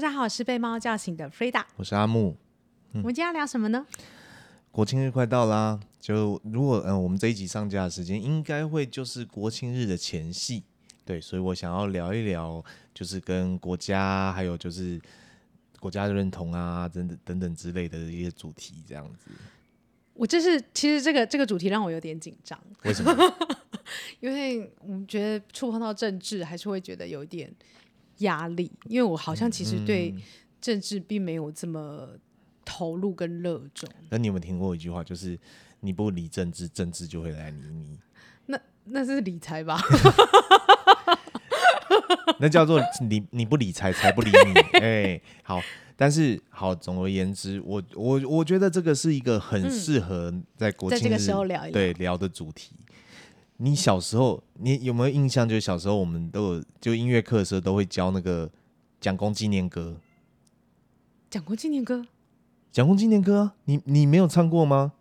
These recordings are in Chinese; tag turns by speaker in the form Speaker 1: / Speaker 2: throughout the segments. Speaker 1: 家好，我是被猫叫醒的 Frida。
Speaker 2: 我是阿木。
Speaker 1: 我们今天要聊什么呢？
Speaker 2: 国庆日快到啦，就如果嗯、呃我们这一集上架的时间应该会就是国庆日的前夕，对，所以我想要聊一聊，就是跟国家还有就是国家的认同啊，等等等等之类的一些主题这样子。
Speaker 1: 我这是其实这个这个主题让我有点紧张，
Speaker 2: 为什么？
Speaker 1: 因为我们觉得触碰到政治还是会觉得有一点压力，因为我好像其实对
Speaker 2: 嗯
Speaker 1: 政治并没有这么投入跟热衷。
Speaker 2: 那你有没有听过一句话，就是你不理政治，政治就会来理你，
Speaker 1: 那那是理财 吧？
Speaker 2: 那叫做你你不理财，财不理你。 哎、好，但是好，总而言之，我我我觉得这个是一个很适合在
Speaker 1: 嗯
Speaker 2: 国
Speaker 1: 在
Speaker 2: 庆
Speaker 1: 这
Speaker 2: 日、
Speaker 1: 个时候聊一聊
Speaker 2: 对聊的主题。你小时候，你有没有印象？就是小时候我们都有，就音乐课的时候都会教那个蒋公纪念歌。
Speaker 1: 讲过纪念歌，
Speaker 2: 蒋公纪念歌啊，你你没有唱过吗？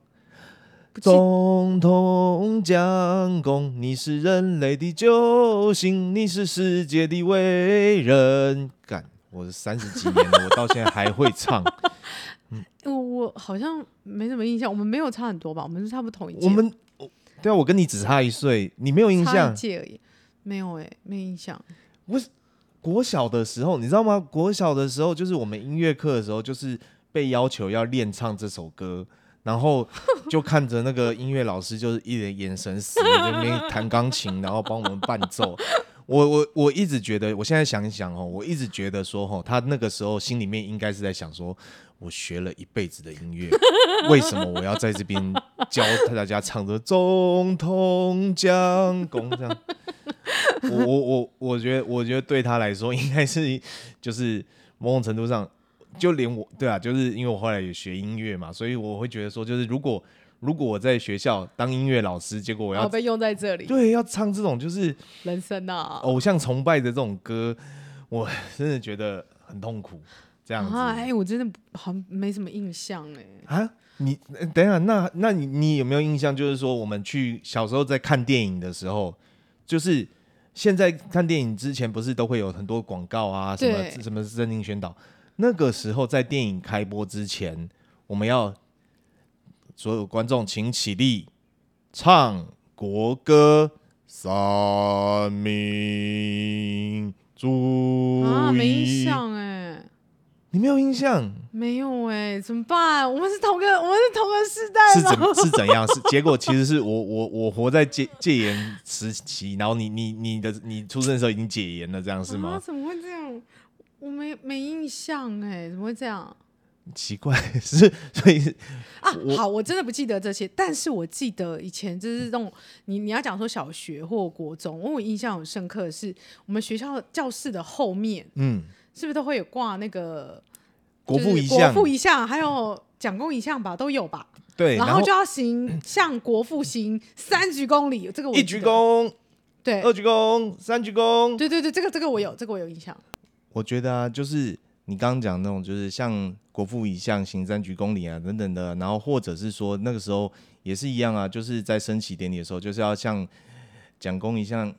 Speaker 1: 不记
Speaker 2: 总统蒋公，你是人类的救星，你是世界的伟人。干，我三十几年了，我到现在还会 唱。
Speaker 1: 我我好像没什么印象，我们没有差很多吧？我们是差不多同一届，
Speaker 2: 我们，对啊，我跟你只差一岁，你没有印
Speaker 1: 差一
Speaker 2: 象？
Speaker 1: 届而已，没有哎、没印象。
Speaker 2: 国小的时候，你知道吗？国小的时候，就是我们音乐课的时候，就是被要求要练唱这首歌，然后就看着那个音乐老师，就是一脸眼神死，在那边弹钢琴，然后帮我们伴奏。我我我一直觉得，我现在想一想哦，我一直觉得说哦，他那个时候心里面应该是在想说，我学了一辈子的音乐，为什么我要在这边教大家唱着总统将功这样？我我我我觉得，我觉得对他来说，应该是就是某种程度上，就连我对啊，就是因为我后来也学音乐嘛，所以我会觉得说，就是如果如果我在学校当音乐老师，结果我
Speaker 1: 然
Speaker 2: 要
Speaker 1: 后哦被用在这里，
Speaker 2: 对要唱这种就是
Speaker 1: 人生啊，
Speaker 2: 偶像崇拜的这种歌，我真的觉得很痛苦。这样子
Speaker 1: 啊，哎、我真的不好像没什么印象哎、
Speaker 2: 啊，你呃等一下，那那你你有没有印象？就是说，我们去小时候在看电影的时候，就是现在看电影之前，不是都会有很多广告啊，什
Speaker 1: 对
Speaker 2: 么什么政令宣导。那个时候在电影开播之前，我们要所有观众请起立，唱国歌《三民主义》
Speaker 1: 啊，没印象哎、
Speaker 2: 你没有印象？
Speaker 1: 没有哎、怎么办？我们是同个，我们是同个世代
Speaker 2: 是
Speaker 1: 吗？
Speaker 2: 怎是怎样？是结果其实是我我我活在戒戒严时期，然后你你你的你出生的时候已经戒严了，这样是
Speaker 1: 啊，
Speaker 2: 吗？
Speaker 1: 怎么会这样？我没没印象哎、怎么会这样
Speaker 2: 奇怪，是所以
Speaker 1: 啊？好，我真的不记得这些，但是我记得以前就是那种你你要讲说小学或国中，我印象很深刻的是我们学校教室的后面
Speaker 2: 嗯，
Speaker 1: 是不是都会有挂那个
Speaker 2: 国
Speaker 1: 就是
Speaker 2: 父遗
Speaker 1: 国
Speaker 2: 像
Speaker 1: 父遗像还有蒋公遗像吧，都有吧？
Speaker 2: 对，
Speaker 1: 然
Speaker 2: 然
Speaker 1: 后就要 行向国父行三鞠躬礼，这个我
Speaker 2: 一
Speaker 1: 记
Speaker 2: 鞠
Speaker 1: 得，
Speaker 2: 躬，
Speaker 1: 对，
Speaker 2: 二鞠躬，三鞠躬。
Speaker 1: 对对对，这个这个我有，这个我有印象。
Speaker 2: 我觉得啊，就是你刚刚讲那种，就是像国父遗像、行三鞠躬礼啊等等的，然后或者是说那个时候也是一样啊，就是在升旗典礼的时候，就是要像蒋公遗像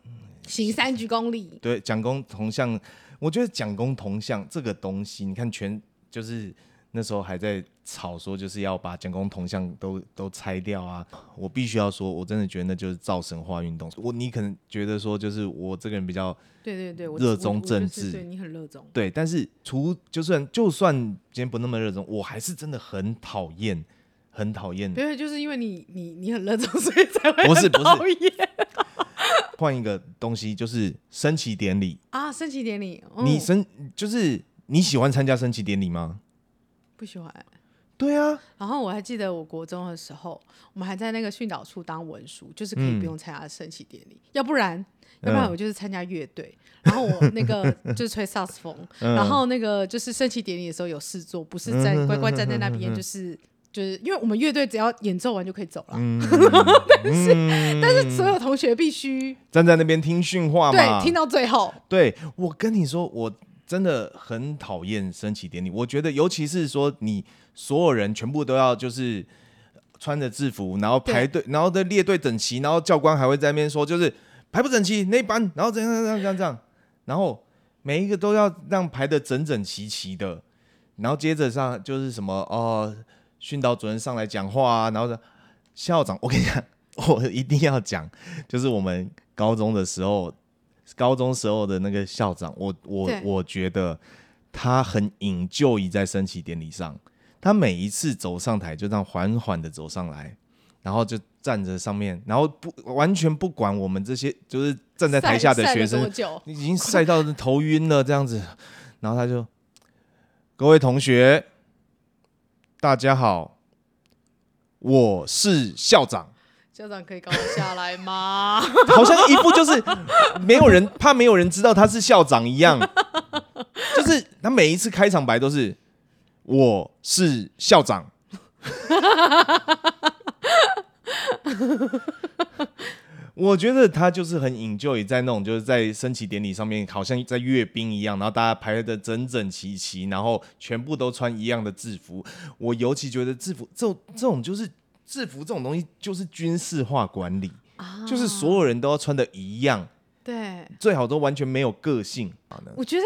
Speaker 1: 行三鞠躬礼，
Speaker 2: 对，蒋公铜像，我觉得蒋公铜像这个东西，你看全就是那时候还在吵说，就是要把蒋公铜像都都拆掉啊。我必须要说，我真的觉得那就是造神话运动。我你可能觉得说，就是我这个人比较
Speaker 1: 对对对，我
Speaker 2: 热
Speaker 1: 我我
Speaker 2: 衷
Speaker 1: 就是
Speaker 2: 政治
Speaker 1: 对你很热衷。
Speaker 2: 对，但是除就算就算今天不那么热衷，我还是真的很讨厌，很讨厌
Speaker 1: 没有，就是因为你你你很热衷，所以才会
Speaker 2: 不是
Speaker 1: 很
Speaker 2: 不是
Speaker 1: 讨厌
Speaker 2: 换一个东西，就是升旗典礼。
Speaker 1: 啊！升旗典礼，嗯
Speaker 2: 你升就是你喜欢参加升旗典礼吗？
Speaker 1: 不喜欢。
Speaker 2: 对啊，
Speaker 1: 然后我还记得，我国中的时候，我们还在那个训导处当文书，就是可
Speaker 2: 嗯
Speaker 1: 以不用参加升旗典礼，要不然，要不然我就是参加乐队，然后我那 个就是吹萨克斯风，
Speaker 2: 嗯
Speaker 1: 然后那个就是升旗典礼的时候有事做，不是在乖乖站在那边，就是就是因为我们乐队只要演奏完就可以走了，
Speaker 2: 嗯
Speaker 1: 但是但是所有同学必须
Speaker 2: 站在那边听训话嘛。
Speaker 1: 对听到最后，
Speaker 2: 对我跟你说，我真的很讨厌升旗典礼。我觉得，尤其是说你所有人全部都要就是穿着制服，然后排队，然后的列队整齐，然后教官还会在那边说，就是排不整齐那一班，然后这样这样这样这样这样，然后每一个都要让排的整整齐齐的，然后接着上就是什么哦，训导主任上来讲话啊，然后呢校长，我跟你讲，我一定要讲，就是我们高中的时候，高中时候的那个校长，我我
Speaker 1: 对
Speaker 2: 我觉得他很引咎于在升旗典礼上，他每一次走上台就这样缓缓的走上来，然后就站着上面，然后不完全不管我们这些就是站在台下的
Speaker 1: 晒
Speaker 2: 学
Speaker 1: 晒了
Speaker 2: 生
Speaker 1: 多久？
Speaker 2: 已经晒到头晕了这样子，然后他就，各位同学，大家好，我是校长，
Speaker 1: 校长可以搞我下来吗？
Speaker 2: 好像一副就是没有人怕没有人知道他是校长一样，就是他每一次开场白都是我是校长，我觉得他就是很引咎也在那种就是在升旗典礼上面，好像在阅兵一样，然后大家排的整整齐齐，然后全部都穿一样的制服。我尤其觉得制服这种这种就是制服这种东西就是军事化管理，
Speaker 1: 啊
Speaker 2: 就是所有人都要穿的一样，
Speaker 1: 对，
Speaker 2: 最好都完全没有个性。好呢
Speaker 1: 我觉得。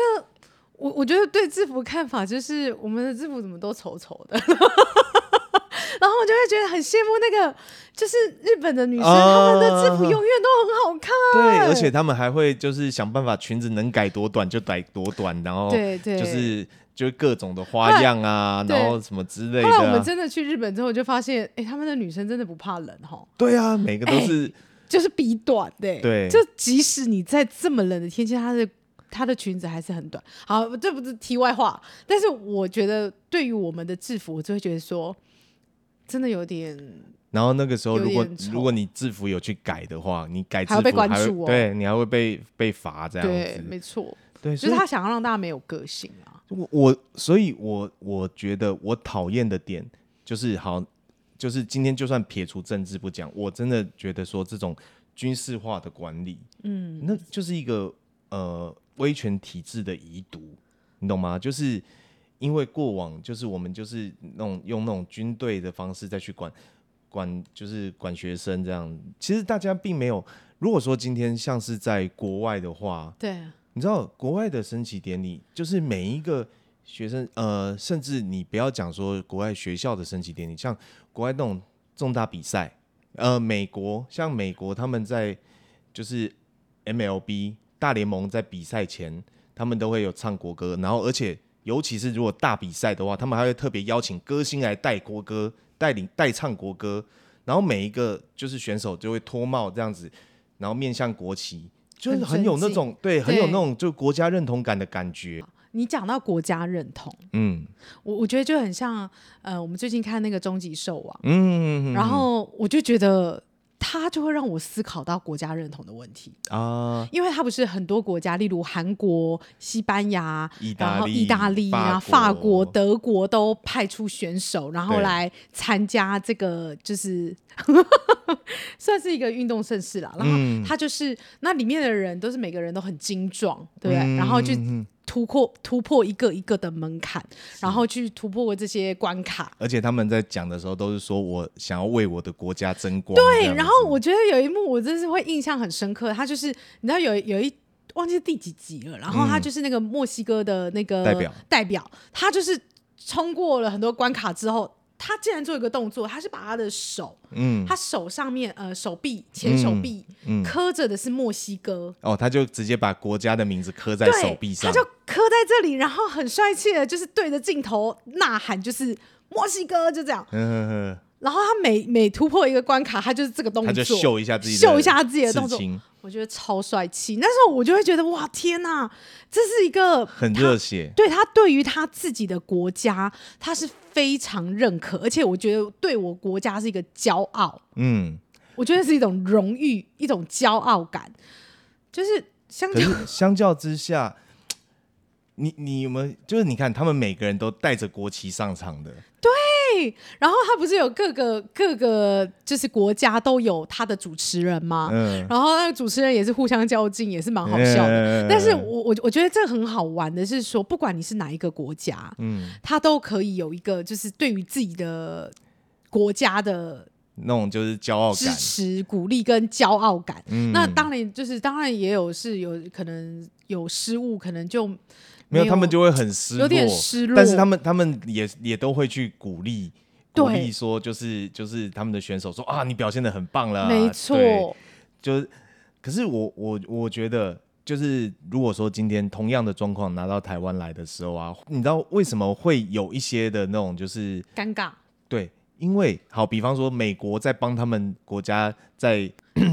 Speaker 1: 我我觉得对制服看法就是，我们的制服怎么都丑丑的， 然后我就会觉得很羡慕那个，就是日本的女生，
Speaker 2: 啊
Speaker 1: 她们的制服永远都很好看。
Speaker 2: 对，而且他们还会就是想办法裙子能改多短就改多短，然后
Speaker 1: 对对
Speaker 2: 就是就是各种的花样啊，
Speaker 1: 对
Speaker 2: 然后什么之类的、
Speaker 1: 后来我们
Speaker 2: 啊。
Speaker 1: 真的去日本之后，就发现，哎、他们的女生真的不怕冷哈，
Speaker 2: 对啊，每个都是、
Speaker 1: 就是比短的、欸
Speaker 2: 对
Speaker 1: 就即使你在这么冷的天气，她的她的裙子还是很短。好，这不是题外话，但是我觉得对于我们的制服，我就会觉得说，真的有点
Speaker 2: 然后那个时候，
Speaker 1: 有
Speaker 2: 如果
Speaker 1: 点丑
Speaker 2: 如果你制服有去改的话，你改制
Speaker 1: 还要
Speaker 2: 服
Speaker 1: 被关
Speaker 2: 还会
Speaker 1: 注哦
Speaker 2: 对你还会被被罚这样
Speaker 1: 对，
Speaker 2: 子。
Speaker 1: 没错，
Speaker 2: 对，
Speaker 1: 就
Speaker 2: 所
Speaker 1: 是
Speaker 2: 以
Speaker 1: 他想要让大家没有个性啊。
Speaker 2: 我我所以我我觉得我讨厌的点就是好，就是今天就算撇除政治不讲，我真的觉得说这种军事化的管理，
Speaker 1: 嗯，
Speaker 2: 那就是一个呃威权体制的遗毒，你懂吗？就是因为过往就是我们就是那种用那种军队的方式再去管管就是管学生这样，其实大家并没有。如果说今天像是在国外的话，
Speaker 1: 对，啊
Speaker 2: 你知道国外的升旗典礼，就是每一个学生，呃，甚至你不要讲说国外学校的升旗典礼，像国外那种重大比赛，呃，美国像美国他们在就是 MLB 大联盟在比赛前，他们都会有唱国歌，然后而且尤其是如果大比赛的话，他们还会特别邀请歌星来带国歌，带领带唱国歌，然后每一个就是选手就会脱帽这样子，然后面向国旗，就是很有那种对，很有那种就国家认同感的感觉。
Speaker 1: 你讲到国家认同，
Speaker 2: 嗯
Speaker 1: 我我觉得就很像，呃，我们最近看那个《终极兽网》
Speaker 2: 嗯，
Speaker 1: 然后我就觉得它就会让我思考到国家认同的问题，
Speaker 2: 啊，
Speaker 1: 因为它不是很多国家，例如韩国、西班牙。
Speaker 2: 意
Speaker 1: 然
Speaker 2: 大
Speaker 1: 后
Speaker 2: 利、
Speaker 1: 意大利啊、法国、德国都派出选手，然后
Speaker 2: 对
Speaker 1: 来参加这个，就是 算是一个运动盛事啦。然后
Speaker 2: 嗯
Speaker 1: 他就是那里面的人都是每个人都很精壮，对不对？
Speaker 2: 嗯
Speaker 1: 然后去
Speaker 2: 嗯嗯
Speaker 1: 突破突破一个一个的门槛，然后去突破这些关卡。
Speaker 2: 而且他们在讲的时候都是说我想要为我的国家争光。这
Speaker 1: 对，
Speaker 2: 样
Speaker 1: 哎然
Speaker 2: 子
Speaker 1: 后我觉得有一幕我真是会印象很深刻，他就是你知道有有一忘记是第几集了，然后他就是那个墨西哥的那个
Speaker 2: 嗯代表
Speaker 1: 代表他就是冲过了很多关卡之后。他竟然做一个动作，他是把他的手，
Speaker 2: 嗯
Speaker 1: 他手上面呃手臂前手臂、
Speaker 2: 嗯
Speaker 1: 刻着的是墨西哥，
Speaker 2: 哦，他就直接把国家的名字刻在
Speaker 1: 对，
Speaker 2: 手臂上
Speaker 1: 他，就刻在这里，然后很帅气的，就是对着镜头呐喊，就是墨西哥，就这样。
Speaker 2: 嗯哼
Speaker 1: 然后他每每突破一个关卡，他就是这个动
Speaker 2: 哼，
Speaker 1: 作，
Speaker 2: 他就秀一下自己的
Speaker 1: 秀一下自己的动作
Speaker 2: 刺，青
Speaker 1: 我觉得超帅气。那时候我就会觉得，哇，天呐，这是一个
Speaker 2: 很热血。
Speaker 1: 对他对于他自己的国家，他是非常认可，而且我觉得对我国家是一个骄傲。
Speaker 2: 嗯，
Speaker 1: 我觉得是一种荣誉，一种骄傲感，就是相
Speaker 2: 可
Speaker 1: 较
Speaker 2: 是相较之下，你你有没有就是你看他们每个人都带着国旗上场的，
Speaker 1: 然后他不是有各个各个就是国家都有他的主持人吗？
Speaker 2: 嗯，
Speaker 1: 然后那个主持人也是互相较劲，也是 蛮好笑的。
Speaker 2: 嗯
Speaker 1: 但是我我我觉得这很好玩的是说，不管你是哪一个国家，
Speaker 2: 嗯，
Speaker 1: 他都可以有一个就是对于自己的国家的
Speaker 2: 那种就是骄傲
Speaker 1: 支
Speaker 2: 感，
Speaker 1: 持、鼓励跟骄傲感。
Speaker 2: 嗯，
Speaker 1: 那当然就是当然也有是有可能有失误，可能就
Speaker 2: 没有他们
Speaker 1: 就
Speaker 2: 就会很失落，
Speaker 1: 有点失落，
Speaker 2: 但是他们他们也也都会去鼓励。鼓
Speaker 1: 对
Speaker 2: 励说，就是就是他们的选手说啊，你表现的很棒啦，
Speaker 1: 没错，
Speaker 2: 对就是，可是我我我觉得，就是如果说今天同样的状况拿到台湾来的时候啊，你知道为什么会有一些的那种就是
Speaker 1: 尴尬
Speaker 2: 对，因为好，比方说美国在帮他们国家在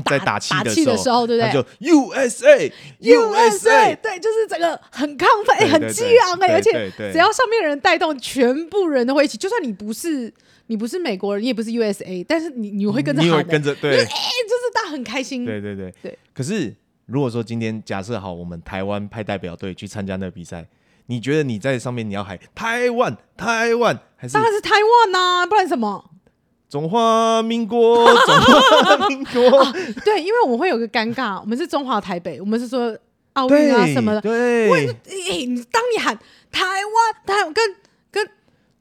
Speaker 2: 在打气
Speaker 1: 打
Speaker 2: 的
Speaker 1: 气
Speaker 2: 时
Speaker 1: 的时
Speaker 2: 候，
Speaker 1: 候，对不
Speaker 2: 他
Speaker 1: 对
Speaker 2: 就 USA USA。
Speaker 1: 对，就是整个很亢奋，哎
Speaker 2: 对
Speaker 1: 很
Speaker 2: 对
Speaker 1: 激
Speaker 2: 对
Speaker 1: 昂哎、
Speaker 2: 对
Speaker 1: 而且
Speaker 2: 对对
Speaker 1: 只要上面的人带动，全部人都会一起。就算你不是你不是美国人，你也不是 USA，但是你你会跟着
Speaker 2: 你
Speaker 1: 喊、
Speaker 2: 会
Speaker 1: 欸，
Speaker 2: 跟着对
Speaker 1: 哎、就是大家很开心。
Speaker 2: 对对对
Speaker 1: 对。
Speaker 2: 可是如果说今天假设好，我们台湾派代表队去参加那个比赛，你觉得你在上面你要喊台湾台湾还是
Speaker 1: 当然是台湾呐、不然什么？
Speaker 2: 中华民国，中华民国，
Speaker 1: 对，因为我们会有个尴尬，我们是中华台北，我们是说奥运啊什么的。
Speaker 2: 对，
Speaker 1: 哎、你当你喊台湾，台湾跟跟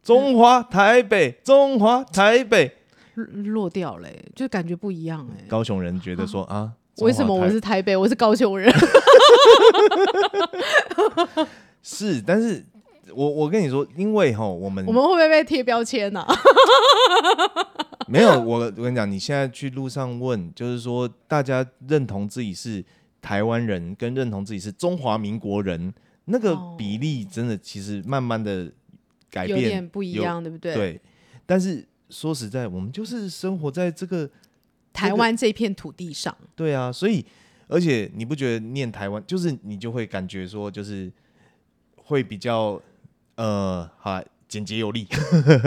Speaker 2: 中华台北，中华台北，
Speaker 1: 落掉了、哎就感觉不一样哎、
Speaker 2: 高雄人觉得说啊，
Speaker 1: 为什么
Speaker 2: 中华
Speaker 1: 我
Speaker 2: 台
Speaker 1: 是台北，我是高雄 人？
Speaker 2: 是？但是我我跟你说，因为哈，我们
Speaker 1: 我们会不会被贴标签呢、啊？
Speaker 2: 没有，我我跟你讲，你现在去路上问，就是说大家认同自己是台湾人，跟认同自己是中华民国人，那个
Speaker 1: 哦
Speaker 2: 比例真的其实慢慢的改
Speaker 1: 有
Speaker 2: 变，
Speaker 1: 点不一
Speaker 2: 有
Speaker 1: 样，对不对？
Speaker 2: 对，但是说实在，我们就是生活在这个
Speaker 1: 台湾这片土地上，
Speaker 2: 对啊，所以而且你不觉得念台湾，就是你就会感觉说，就是会比较呃，好啦简洁有力。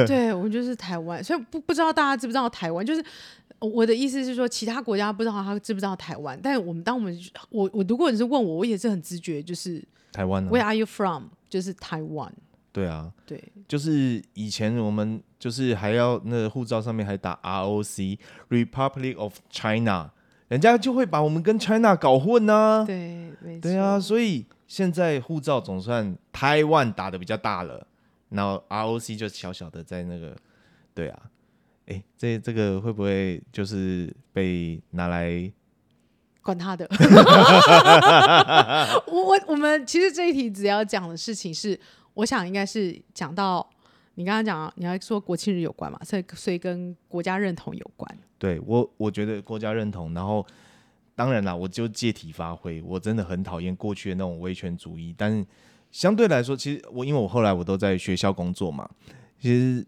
Speaker 1: 对我们就是台湾，所以不不知道大家知不知道台湾，就是呃我的意思是说，其他国家不知道他知不知道台湾，但我们当我们我我如果你是问我，我也是很直觉，就是
Speaker 2: 台湾啊，
Speaker 1: Where are you from？就是台湾，
Speaker 2: 对啊，
Speaker 1: 对，
Speaker 2: 就是以前我们就是还要那个护照上面还打 ROC Republic of China，人家就会把我们跟 China 搞混呐、啊。
Speaker 1: 对，没错，
Speaker 2: 对啊，所以现在护照总算台湾打的比较大了，然后 ROC 就小小的在那个，对啊，哎，这这个会不会就是被拿来？
Speaker 1: 管他 的。我我我们其实这一题只要讲的事情是，我想应该是讲到你刚刚讲，你要说国庆日有关嘛，所以所以跟国家认同有关。
Speaker 2: 对我，我觉得国家认同，然后当然啦，我就借题发挥，我真的很讨厌过去的那种威权主义，但是相对来说，其实我因为我后来我都在学校工作嘛，其实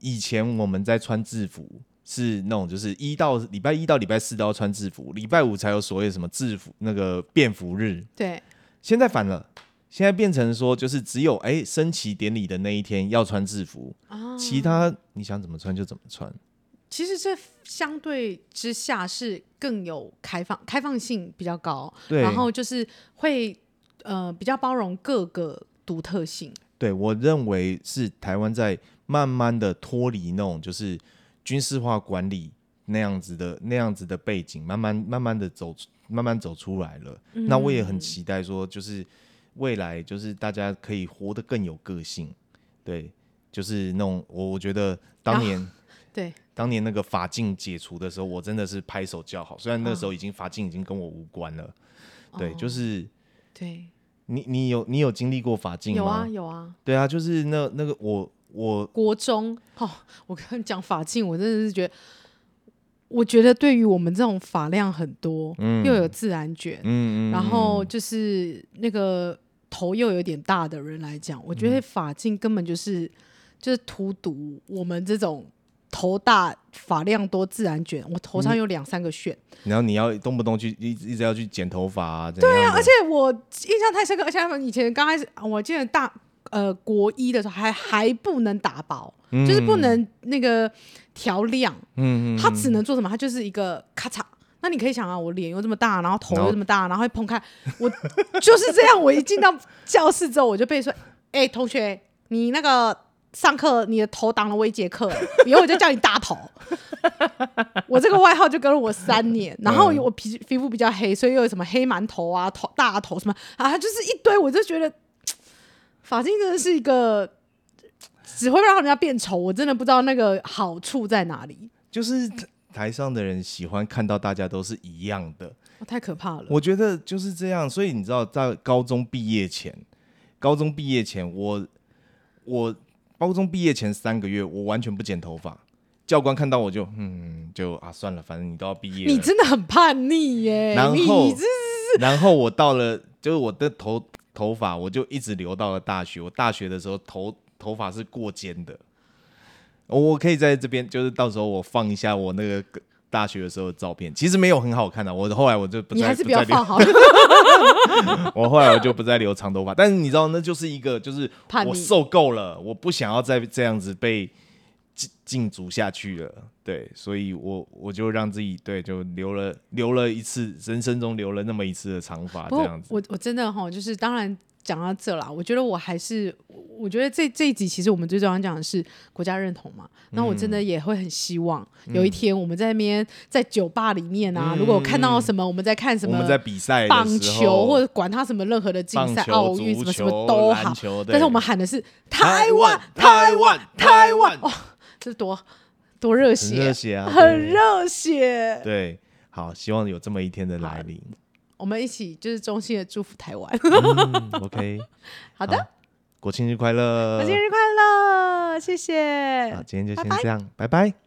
Speaker 2: 以前我们在穿制服是那种就是一到礼拜一到礼拜四都要穿制服，礼拜五才有所谓什么制服那个便服日，
Speaker 1: 对，
Speaker 2: 现在反了。现在变成说，就是只有哎升旗典礼的那一天要穿制服，
Speaker 1: 啊
Speaker 2: 其他你想怎么穿就怎么穿。
Speaker 1: 其实这相对之下是更有开放，开放性比较高，
Speaker 2: 对，
Speaker 1: 然后就是会呃比较包容各个独特性。
Speaker 2: 对我认为是台湾在慢慢的脱离那种就是军事化管理那样子的那样子的背景，慢慢慢慢的走出慢慢走出来了。那我也
Speaker 1: 嗯
Speaker 2: 很期待说，就是未来就是大家可以活得更有个性，对，就是那种我我觉得当年、
Speaker 1: 啊对，
Speaker 2: 当年那个法禁解除的时候，我真的是拍手叫好，虽然那时候已经法禁已经跟我无关了，对，
Speaker 1: 啊哦
Speaker 2: 就是
Speaker 1: 对，
Speaker 2: 你你有你有经历过法禁吗？
Speaker 1: 有啊有啊，
Speaker 2: 对啊，就是那那个我我
Speaker 1: 国中哦，我跟你讲法禁，我真的是觉得，我觉得对于我们这种法量很多，又有自然卷，
Speaker 2: 嗯嗯，
Speaker 1: 然后就是那个头又有点大的人来讲，我觉得法禁根本就是就是荼毒我们这种头大发量多自然卷，我头上有两三个旋。
Speaker 2: 然后你要动不动去一直一直要去剪头发啊，对啊，
Speaker 1: 而且我印象太深刻，而且他们以前刚开始，我记得大呃国一的时候还还不能打薄，就是不能那个调亮，
Speaker 2: 嗯嗯，
Speaker 1: 它只能做什么？它就是一个咔嚓。那你可以想啊，我脸又这么大，然后头
Speaker 2: 然后
Speaker 1: 又这么大，然后还蓬开，我就是这样。我一进到教室之后，我就被说：“ 哎、同学，你那个上课你的头挡了我一节课，以后我就叫你大头。” 我这个外号就跟了我三
Speaker 2: 嗯
Speaker 1: 年，然后我皮皮肤比较黑，所以又有什么黑馒头啊、头大头什么啊，就是一堆。我就觉得法镜真的是一个只会让人家变丑，我真的不知道那个好处在哪里。
Speaker 2: 就是台上的人喜欢看到大家都是一样的，
Speaker 1: 哦太可怕了。
Speaker 2: 我觉得就是这样，所以你知道，在高中毕业前，高中毕业前，我我高中毕业前三个月，我完全不剪头发。教官看到我就，嗯，就啊，算了，反正你都要毕业了。
Speaker 1: 你真的很叛逆耶！
Speaker 2: 然
Speaker 1: 你
Speaker 2: 后
Speaker 1: 这
Speaker 2: 然后我到了，就是我的头头发，我就一直留到了大学。我大学的时候头头发是过肩的，我我可以在这边，就是到时候我放一下我那个大学的时候的照片，其实没有很好看的、啊我后来我就不再
Speaker 1: 你还是不要
Speaker 2: 再留
Speaker 1: 放 好了。
Speaker 2: 我后来我就不再留长头发，但是你知道，那就是一个就是
Speaker 1: 叛逆
Speaker 2: 我受够了，我不想要再这样子被禁禁足下去了。对，所以我我就让自己对就留了留了一次，人生中留了那么一次的长发
Speaker 1: 不
Speaker 2: 这
Speaker 1: 过
Speaker 2: 样子。
Speaker 1: 我我真的哈，就是当然讲到这啦，我觉得我还是，我我觉得这这一集其实我们最重要讲的是国家认同嘛。那我真的
Speaker 2: 嗯
Speaker 1: 也会很希望、有一天我们在那边在酒吧里面啊，如果有看到什么，我们在看什
Speaker 2: 嗯我
Speaker 1: 么
Speaker 2: 们在比赛的
Speaker 1: 棒
Speaker 2: 时候
Speaker 1: 球或者管他什么任何的竞
Speaker 2: 棒
Speaker 1: 赛、
Speaker 2: 球
Speaker 1: 奥运什
Speaker 2: 足
Speaker 1: 么什
Speaker 2: 球
Speaker 1: 么都
Speaker 2: 篮
Speaker 1: 好
Speaker 2: 球，对
Speaker 1: 但是我们喊的是台
Speaker 2: 台
Speaker 1: 湾
Speaker 2: 湾，
Speaker 1: 台
Speaker 2: 台
Speaker 1: 湾
Speaker 2: 湾，
Speaker 1: 台
Speaker 2: 台
Speaker 1: 湾
Speaker 2: 湾，
Speaker 1: 哦，这多多热
Speaker 2: 很
Speaker 1: 血
Speaker 2: 热，血啊，
Speaker 1: 很
Speaker 2: 对
Speaker 1: 热血。
Speaker 2: 对。好，希望有这么一天的来临。
Speaker 1: 我们一起就是衷心的祝福台湾。
Speaker 2: 嗯 OK，
Speaker 1: 好的，
Speaker 2: 国庆日快乐！
Speaker 1: 我生日快乐，谢谢，
Speaker 2: 好，今天就
Speaker 1: 拜
Speaker 2: 先
Speaker 1: 拜
Speaker 2: 这样，拜拜